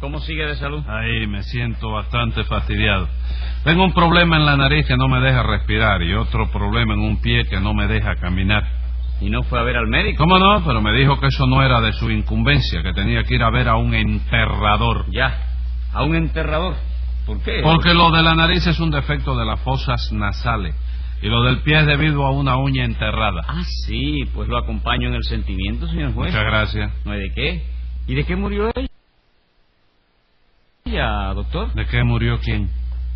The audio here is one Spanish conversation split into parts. ¿Cómo sigue de salud? Ahí me siento bastante fastidiado. Tengo un problema en la nariz que no me deja respirar y otro problema en un pie que no me deja caminar. ¿Y no fue a ver al médico? ¿Cómo no? Pero me dijo que eso no era de su incumbencia, que tenía que ir a ver a un enterrador. Ya, a un enterrador. ¿Por qué? Porque lo de la nariz es un defecto de las fosas nasales y lo del pie es debido a una uña enterrada. Ah, sí, pues lo acompaño en el sentimiento, señor juez. Muchas gracias. ¿No hay de qué? ¿Y de qué murió ella? ella, doctor? ¿De qué murió quién?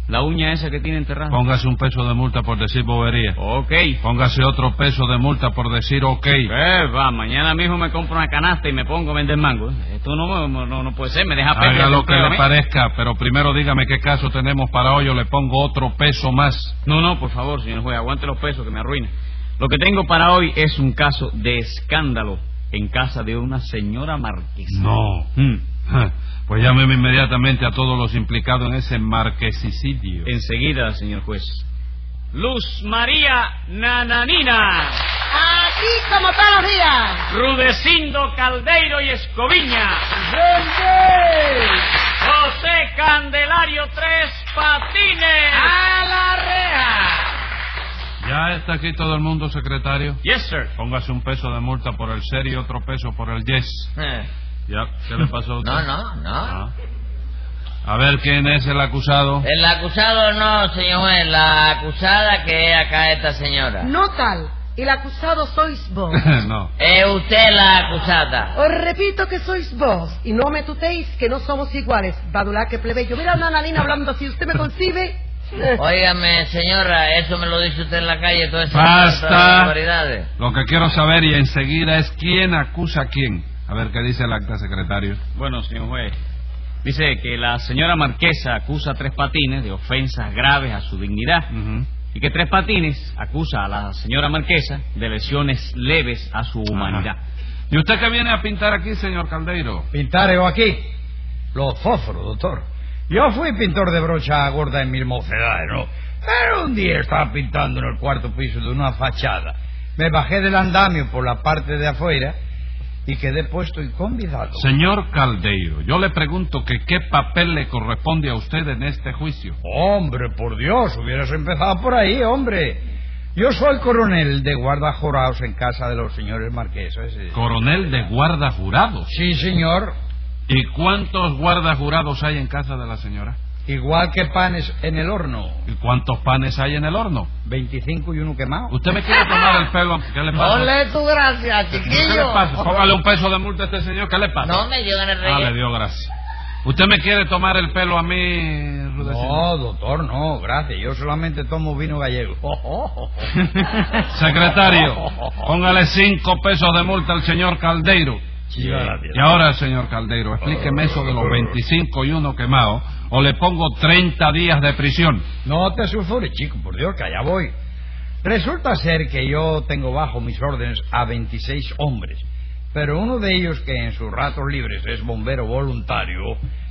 La uña esa que tiene enterrada. Póngase un peso de multa por decir bobería. Ok. Póngase otro peso de multa por decir ok. Eh, va, mañana mismo me compro una canasta y me pongo a vender mango. Esto no, no, no puede ser, me Ah, deja perder. Haga el lo que empleo a le mí. parezca, pero primero dígame qué caso tenemos para hoy. Yo le pongo otro peso más. No, no, por favor, señor juez, aguante los pesos que me arruina. Lo que tengo para hoy es un caso de escándalo en casa de una señora marquesa. No. Mm. Pues llámeme inmediatamente a todos los implicados en ese marquesicidio. Enseguida, señor juez. Luz María Nananina, Aquí como todos los días. Rudecindo Caldeiro y Escoviña, ¡Gente! José Candelario Tres Patines. ¡A la reja! ¿Ya está aquí todo el mundo, secretario? Yes, sir. Póngase un peso de multa por el ser y otro peso por el yes. Eh, ¿Ya? ¿Qué le pasó a usted? No, no, no. Ah. A ver, ¿quién es el acusado? El acusado no, señor juez. La acusada que es acá esta señora. No tal. El acusado sois vos. no. Es usted la acusada. Os repito que sois vos y no me tutéis que no somos iguales. Badulaque plebeyo. Mira a Nananina hablando así. ¿Usted me concibe? Óigame, señora, eso me lo dice usted en la calle, todas esas Basta. barbaridades. Lo que quiero saber y enseguida es quién acusa a quién. A ver, ¿qué dice el acta, secretario? Bueno, señor juez, dice que la señora Marquesa acusa a Tres Patines de ofensas graves a su dignidad Ujú. y que Tres Patines acusa a la señora Marquesa de lesiones leves a su humanidad. Ajá. ¿Y usted qué viene a pintar aquí, señor Caldeiro? Pintar yo aquí los fósforos, doctor. Yo fui pintor de brocha gorda en mil mocedades, ¿no? Pero un día estaba pintando en el cuarto piso de una fachada. Me bajé del andamio por la parte de afuera y quedé puesto y convidado. Señor Caldeiro, yo le pregunto que qué papel le corresponde a usted en este juicio. Hombre, por Dios, hubieras empezado por ahí, hombre. Yo soy coronel de guarda jurados en casa de los señores marqueses. eh. Coronel de guarda jurados. Sí, señor. ¿Y cuántos guarda jurados hay en casa de la señora? Igual que panes en el horno. ¿Y cuántos panes hay en el horno? 25 y uno quemado. ¿Usted me quiere tomar el pelo? ¿Qué le pasa? Ole tu gracia, ¿Qué le chiquillo. pasa? Póngale un peso de multa a este señor. ¿Qué le pasa? No me dio en el Ah, rey. le dio gracias. ¿Usted me quiere tomar el pelo a mí, Rudecindo? No, doctor, no, gracias. Yo solamente tomo vino gallego. Secretario, póngale cinco pesos de multa al señor Caldeiro. Sí, Y ahora, señor Caldeiro, Ah, explíqueme eso de los 25 y uno quemado, o le pongo 30 días de prisión. No te sulfures, chico, por Dios, que allá voy. Resulta ser que yo tengo bajo mis órdenes a 26 hombres, pero uno de ellos, que en sus ratos libres es bombero voluntario,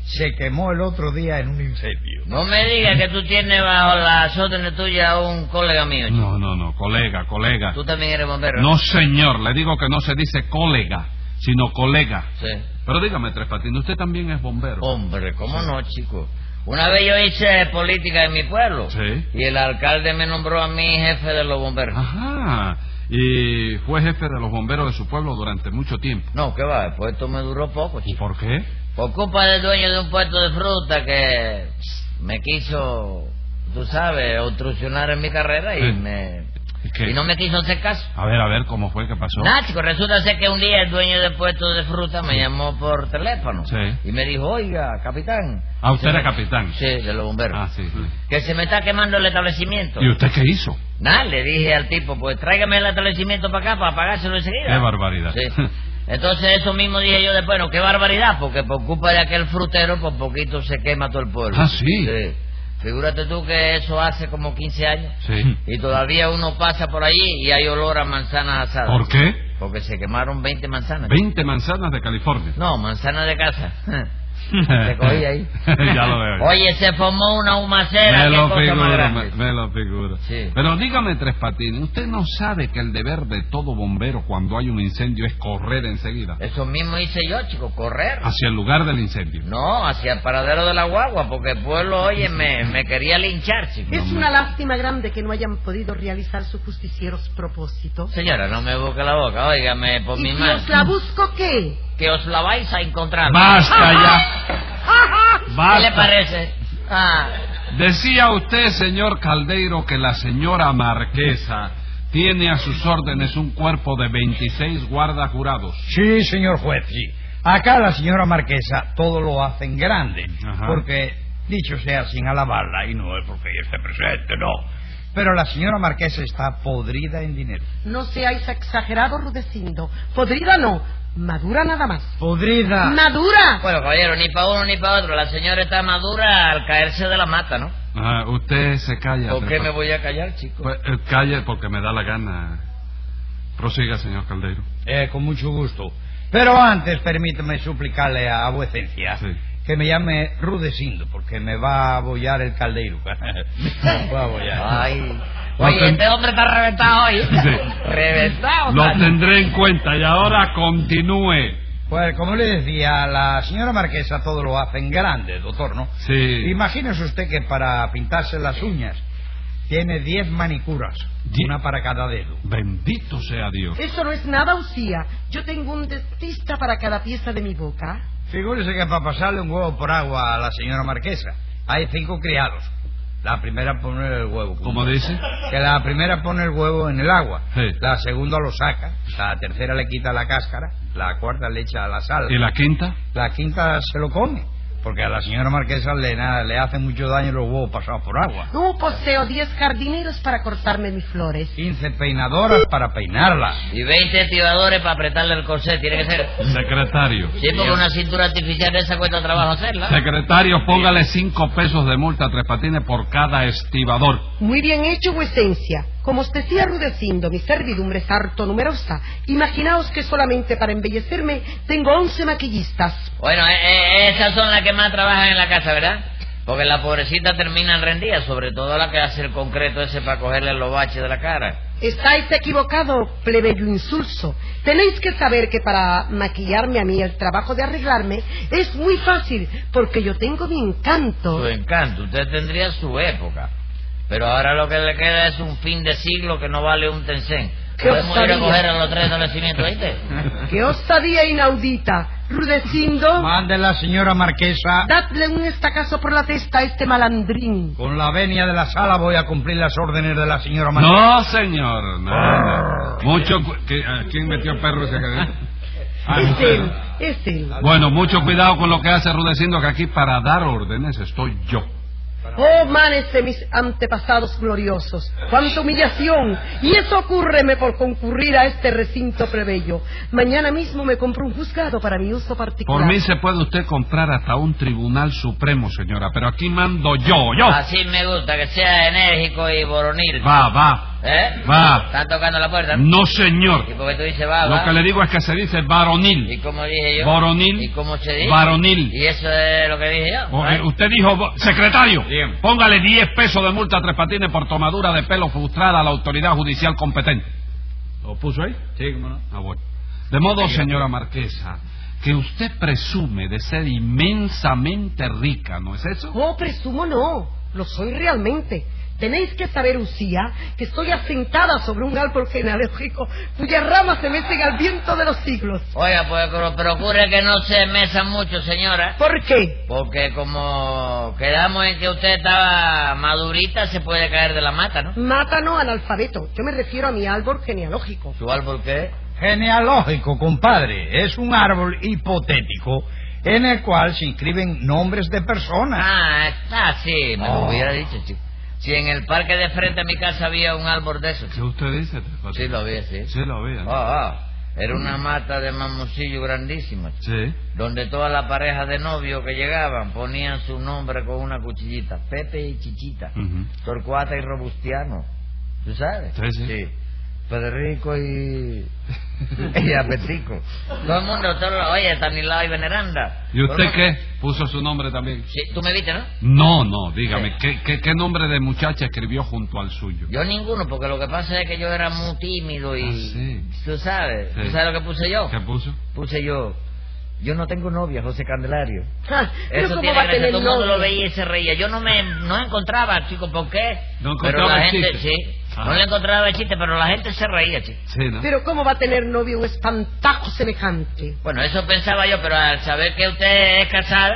se quemó el otro día en un incendio. No me digas que tú tienes bajo las órdenes tuyas a un colega mío. chico. No, no, no, colega, colega. Tú también eres bombero. No, señor, le digo que no se dice colega, sino colega. Sí. Pero dígame, Tres Patines, usted también es bombero. Hombre, ¿cómo no, chico? Una vez yo hice política en mi pueblo. Sí. Ah. Y el alcalde me nombró a mí jefe de los bomberos. Ajá. Y fue jefe de los bomberos de su pueblo durante mucho tiempo. No, ¿qué va? El puesto me duró poco, ¿Y chico. por qué? Por culpa del dueño de un puesto de fruta que me quiso, tú sabes, obstruccionar en mi carrera y Sí. me... ¿Y qué? Y no me quiso hacer caso. A ver, a ver, ¿cómo fue que pasó? Nada, chico, resulta ser que un día el dueño del puesto de fruta me llamó por teléfono. Sí. Y me dijo, oiga, capitán. Ah, usted se era me- capitán. Sí, de los bomberos. Ah, sí. sí. Que se me está quemando el establecimiento. ¿Y usted qué hizo? Nada, le dije al tipo, pues tráigame el establecimiento para acá para pagárselo enseguida. Qué barbaridad. Sí. Entonces eso mismo dije yo después, no, qué barbaridad, porque por culpa de aquel frutero por poquito se quema todo el pueblo. Ah, sí. Figúrate tú que eso hace como 15 años Sí. y todavía uno pasa por allí y hay olor a manzanas asadas. ¿Por qué? Porque se quemaron 20 manzanas. 20 manzanas de California. No, manzanas de casa. Te cogí ahí. ya lo veo. Oye, se formó una Me humacera. qué lo cosa más figuro, grande. me, me lo figuro. Sí. Pero dígame, Tres Patines, ¿usted no sabe que el deber de todo bombero cuando hay un incendio es correr enseguida? Eso mismo hice yo, chico, correr. Hacia el lugar del incendio. No, hacia el paradero de la guagua, porque el pueblo, oye, me, me quería linchar, chico. Es una lástima grande que no hayan podido realizar sus justicieros propósitos. Señora, no me busque la boca, óigame, por ¿Y mi si madre. os la busco qué? Que os la vais a encontrar. ¡Basta ya! ¿Qué le ¡Basta! parece? Ah, Decía usted, señor Caldeiro, que la señora Marquesa tiene a sus órdenes un cuerpo de 26 guardas jurados. Sí, señor juez, sí. Acá la señora marquesa todo lo hacen grande, Ajá. porque, dicho sea sin alabarla, y no es porque ella esté presente, no. Pero la señora marquesa está podrida en dinero. No seáis exagerados, Rudecindo. Podrida no, madura nada más. ¿Podrida? ¡Madura! bueno, caballero, ni para uno ni para otro. La señora está madura al caerse de la mata, ¿no? Ah, usted se calla. ¿Por Tres qué Patines. me voy a callar, chico? Pues, eh, calle porque me da la gana. Prosiga, señor Caldeiro. Eh, con mucho gusto. Pero antes, permítame suplicarle a vuecencia Sí. que me llame Rudecindo, porque me va a apoyar el caldeiro. Me va a abollar. Ay. Lo Oye, ten- este hombre está reventado hoy. ¿eh? Sí. Reventado. Lo Tati. tendré en cuenta y ahora continúe. Pues, como le decía, la señora marquesa todo lo hace en grande, doctor, ¿no? Sí. Imagínese usted que para pintarse las uñas tiene 10 manicuras, Die- una para cada dedo. Bendito sea Dios. Eso no es nada, Usía. Yo tengo un dentista para cada pieza de mi boca. Figúrese que para pasarle un huevo por agua a la señora marquesa hay cinco criados. La primera pone el huevo. Como dice. Que la primera pone el huevo en el agua, Sí. la segunda lo saca, la tercera le quita la cáscara, la cuarta le echa la sal, ¿Y la quinta? la quinta se lo come, porque a la señora marquesa le, na- le hace mucho daño los huevos pasados por agua. No poseo diez jardineros para cortarme mis flores. 15 peinadoras para peinarla. Y 20 activadores para apretarle el corsé. Tiene que ser. Secretario. Sí, porque una cintura artificial de esa cuesta trabajo hacerla. Secretario, póngale cinco pesos de multa a Tres Patines por cada estibador. Muy bien hecho, vuecencia. Como os decía Rudecindo, mi servidumbre es harto numerosa. Imaginaos que solamente para embellecerme tengo once maquillistas. Bueno, eh, eh, esas son las que más trabajan en la casa, ¿verdad? Porque las pobrecitas terminan rendidas, sobre todo la que hace el concreto ese para cogerle los baches de la cara. Estáis equivocado, plebeyo insulso. Tenéis que saber que para maquillarme a mí el trabajo de arreglarme es muy fácil, porque yo tengo mi encanto. Su encanto, usted tendría su época. Pero ahora lo que le queda es un fin de siglo que no vale un tencén. Qué Podemos ir a osadía. coger a los tres establecimientos, ¿viste? ¡Qué osadía inaudita! Rudecindo, Mande la señora marquesa. dadle un estacazo por la testa a este malandrín. Con la venia de la sala voy a cumplir las órdenes de la señora marquesa. No, señor. nada. Mucho. cu- ¿Qué- a ¿Quién metió perro ese que- Ah, Es usted. él, es él. Bueno, mucho cuidado con lo que hace Rudecindo, que aquí para dar órdenes estoy yo. Oh, manes de mis antepasados gloriosos, cuánta humillación. Y eso ocurreme por concurrir a este recinto prebello. Mañana mismo me compro un juzgado para mi uso particular. Por mí se puede usted comprar hasta un tribunal supremo, señora, pero aquí mando yo, yo. Así me gusta, que sea enérgico y boronil. Va, va, ¿Eh? va. ¿Están tocando la puerta? No, ¿Y señor. porque tú dices va, Lo va? que le digo es que se dice ¿Y varonil. cómo dije yo? Varonil. ¿Y cómo se dice? Varonil. ¿Y eso es lo que dije yo? O- eh, usted dijo, vo- secretario, Bien. póngale 10 pesos de multa a Tres Patines por tomadura de pelo frustrada a la autoridad judicial competente. ¿Lo puso ahí? Sí, cómo no. Ah, bueno. De modo, señora Marquesa, que usted presume de ser inmensamente rica, ¿no es eso? Oh, presumo no, lo soy realmente. Tenéis que saber, Usía, que estoy asentada sobre un árbol genealógico cuyas ramas se mecen al viento de los siglos. Oiga, pues pro- procure que no se mesa mucho, señora. ¿Por qué? Porque como quedamos en que usted estaba madurita, se puede caer de la mata, ¿no? Mata no analfabeto, yo me refiero a mi árbol genealógico. ¿Su árbol qué? Genealógico, compadre. Es un árbol hipotético en el cual se inscriben nombres de personas. Ah, está sí, me lo Oh. hubiera dicho, chico. Si en el parque de frente a mi casa había un árbol de esos. ¿Qué usted dice, Tres Sí, Patines? lo vi, sí. Sí, lo había. Ah, ah. Era una mata de mamoncillo grandísima, chico, Sí. donde toda la pareja de novios que llegaban ponían su nombre con una cuchillita, Pepe y Chichita, Ujú. Torcuata y Robustiano, ¿tú sabes? Sí, sí. Federico y... y Apetico. Todo el mundo, todo lo- oye, Tanilao y Veneranda. ¿Y Todo el usted mundo- qué? ¿Puso su nombre también? Sí, tú me viste, ¿no? No, no, dígame, ¿qué, qué, qué nombre de muchacha escribió junto al suyo? Yo ninguno, porque lo que pasa es que yo era muy tímido y... Ah, sí. Tú sabes, Sí. ¿tú sabes lo que puse yo? ¿Qué puso? Puse yo... Yo no tengo novia, José Candelario. Ja, pero Eso ¿cómo tiene va a gracia, tener todo el mundo lo novio? veía y se reía. Yo no me no encontraba, chico, ¿por qué? No pero encontraba la el gente, chiste. sí, Ajá. no le encontraba el chiste, pero la gente se reía, chico. Sí, ¿no? Pero ¿cómo va a tener novio un espantajo semejante? Bueno, eso pensaba yo, pero al saber que usted es casada,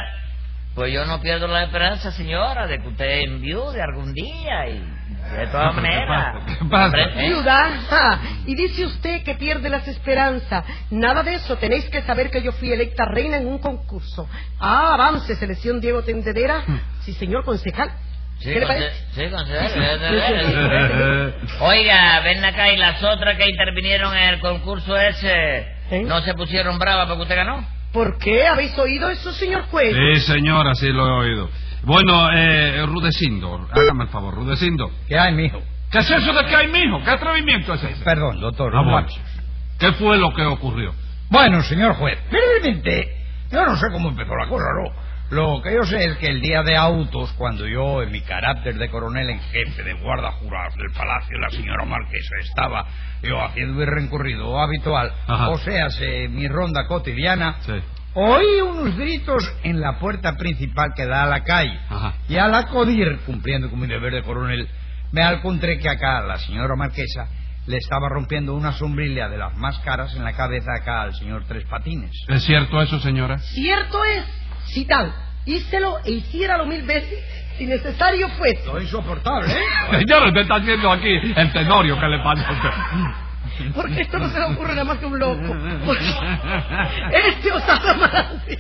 pues yo no pierdo la esperanza, señora, de que usted enviude algún día y de todas No, pero ¿qué maneras. pasa? ¿Qué pasa? Hombre, ¿eh? Viuda, ja, y dice usted que pierde las esperanzas. Nada de eso, tenéis que saber que yo fui electa reina en un concurso. Ah, avance, selección Diego Tendedera. Sí, señor concejal. Sí, ¿Qué le conse- parece? sí, consejero. Oiga, ven acá y las otras que intervinieron en el concurso ese, ¿Eh? ¿no se pusieron bravas porque usted ganó? ¿Por qué? ¿Habéis oído eso, señor juez? Sí, señora, sí lo he oído. Bueno, eh, Rudecindo, hágame el favor, Rudecindo. ¿Qué hay, mijo? ¿Qué es eso de que hay, mijo? ¿Qué atrevimiento es ese? Perdón, doctor. Ah, un bueno. lapsus. ¿Qué fue lo que ocurrió? Bueno, señor juez, realmente yo no sé cómo empezó la cosa, ¿no? Lo que yo sé es que el día de autos, cuando yo, en mi carácter de coronel en jefe de guarda jurados del palacio de la señora Marquesa, estaba yo haciendo mi recorrido habitual, Ajá. o sea, se- mi ronda cotidiana, Sí. oí unos gritos en la puerta principal que da a la calle. Ajá. Y al acudir, cumpliendo con mi deber de coronel, me encontré que acá la señora Marquesa le estaba rompiendo una sombrilla de las más caras en la cabeza acá al señor Tres Patines. ¿Es cierto eso, señora? Cierto es, si tal, hícelo e hiciéralo mil veces si necesario fuese. Lo insoportable, ¿eh? Señora, usted está viendo aquí el tenorio que le pasa a usted. Porque esto no se le ocurre nada más que a un loco. Porque este osado amante.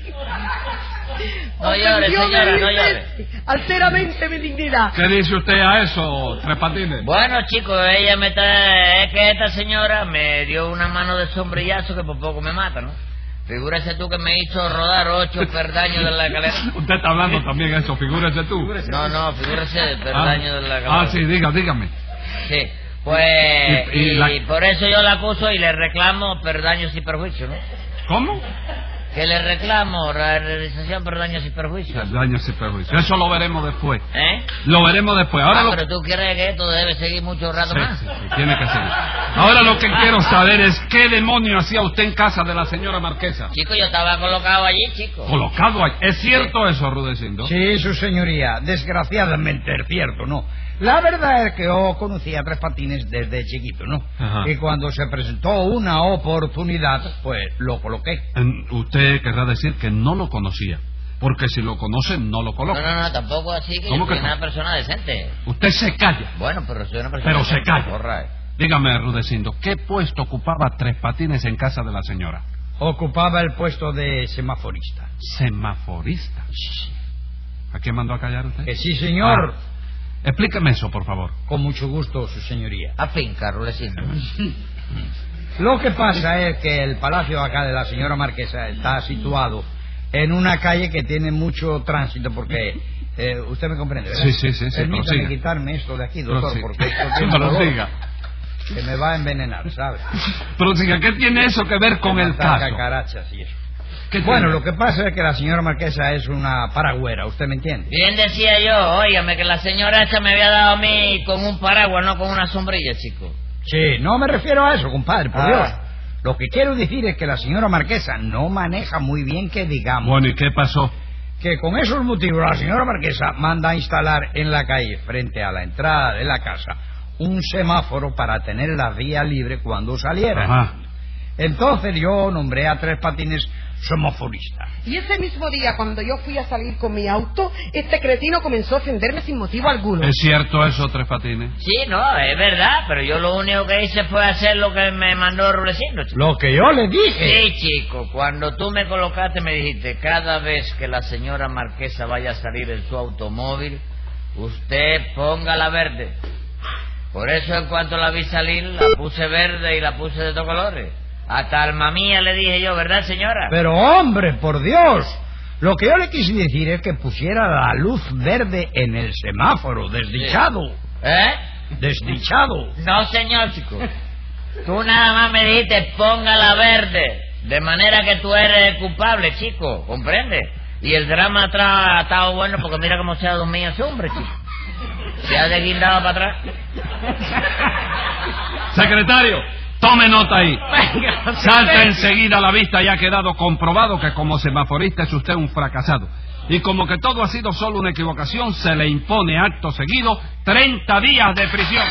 No llores, Ofendió señora, mil no llores. veces, Alteramente mi dignidad. ¿Qué dice usted a eso, Tres Patines? Bueno, chicos, ella me está... Es que esta señora me dio una mano de sombrillazo que por poco me mata, ¿no? Figúrese tú que me hizo rodar ocho perdaños de la escalera. Usted está hablando también eso, figúrese tú. No, no, figúrese de Ah, perdaños de la escalera. ah, sí, diga, dígame. Sí. Pues... Y- Y, y la- por eso yo la acuso y le reclamo perdaños y perjuicios, ¿no? ¿Cómo? Que le reclamo la realización perdaños y perjuicios. Daños y perjuicios. Eso lo veremos después. ¿Eh? Lo veremos después. Ahora Ah, lo... pero tú crees que esto debe seguir mucho rato Sí, más. sí, sí, tiene que seguir. Ahora lo que quiero saber es qué demonio hacía usted en casa de la señora Marquesa. Chico, yo estaba colocado allí, chico. Colocado ahí. ¿Es cierto eso, Rudecindo? Sí, su señoría, desgraciadamente es cierto, ¿no? La verdad es que yo conocí a Tres Patines desde chiquito, ¿no? Ajá. Y cuando se presentó una oportunidad, pues lo coloqué. En- Usted querrá decir que no lo conocía. Porque si lo conoce, no lo No, coloca. no, no, tampoco así que yo ¿Cómo soy que no? una persona decente. Usted se calla. Bueno, pero soy una persona Pero se decente. eh. calla. All right. Dígame, Rudecindo, ¿qué puesto ocupaba Tres Patines en casa de la señora? Ocupaba el puesto de semaforista. Semaforista. ¿A quién mandó a callar usted? Que sí, señor. Ah. Explíqueme eso, por favor. Con mucho gusto, su señoría. A finca, Rulecito. Lo que pasa es que el palacio acá de la señora Marquesa Mm. está situado en una calle que tiene mucho tránsito porque... eh, usted me comprende, ¿verdad? Mm. Sí, sí, sí, sí, Permítame prosiga. quitarme esto de aquí, doctor, Prosiga. porque esto tiene un olor Prosiga. que me va a envenenar, ¿sabes? Prosiga, ¿qué tiene eso que ver con el Matar caso? cacarachas y eso. ¿Qué Bueno, tiene? lo que pasa es que la señora Marquesa es una paragüera, ¿usted me entiende? Bien decía yo, óigame, que la señora esta me había dado a mí con un paraguas, no con una sombrilla, chico. Sí, no me refiero a eso, compadre, por Ah. Dios. Lo que quiero decir es que la señora Marquesa no maneja muy bien que digamos. Bueno, ¿y qué pasó? que con esos motivos la señora Marquesa manda a instalar en la calle, frente a la entrada de la casa, un semáforo para tener la vía libre cuando saliera. Ajá. Entonces yo nombré a Tres Patines semaforista. Y ese mismo día, cuando yo fui a salir con mi auto, este cretino comenzó a ofenderme sin motivo alguno. ¿Es cierto eso, Tres Patines? Sí, no, es verdad, pero yo lo único que hice fue hacer lo que me mandó Rulecito, chico. Lo que yo le dije. Sí, chico, cuando tú me colocaste me dijiste, cada vez que la señora Marquesa vaya a salir en su automóvil, usted ponga la verde. Por eso en cuanto la vi salir, la puse verde y la puse de dos colores. Hasta alma mía le dije yo, ¿verdad, señora? Pero hombre, por Dios. Lo que yo le quise decir es que pusiera la luz verde en el semáforo, desdichado, ¿Eh? desdichado. No, señor, chico. Tú nada más me dijiste, póngala verde. De manera que tú eres el culpable, chico, ¿comprende? Y el drama atrás ha estado bueno porque mira cómo se ha dormido ese hombre, chico. Se ha desguindado para atrás. Secretario, tome nota ahí. Venga, Salta secretario. enseguida a la vista y ha quedado comprobado que como semaforista es usted un fracasado. Y como que todo ha sido solo una equivocación, se le impone acto seguido 30 días de prisión.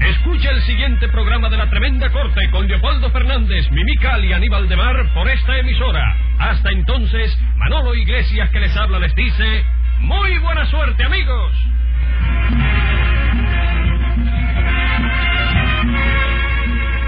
Escucha el siguiente programa de La Tremenda Corte con Leopoldo Fernández, Mimical y Aníbal de Mar por esta emisora. Hasta entonces, Manolo Iglesias que les habla les dice, ¡Muy buena suerte amigos!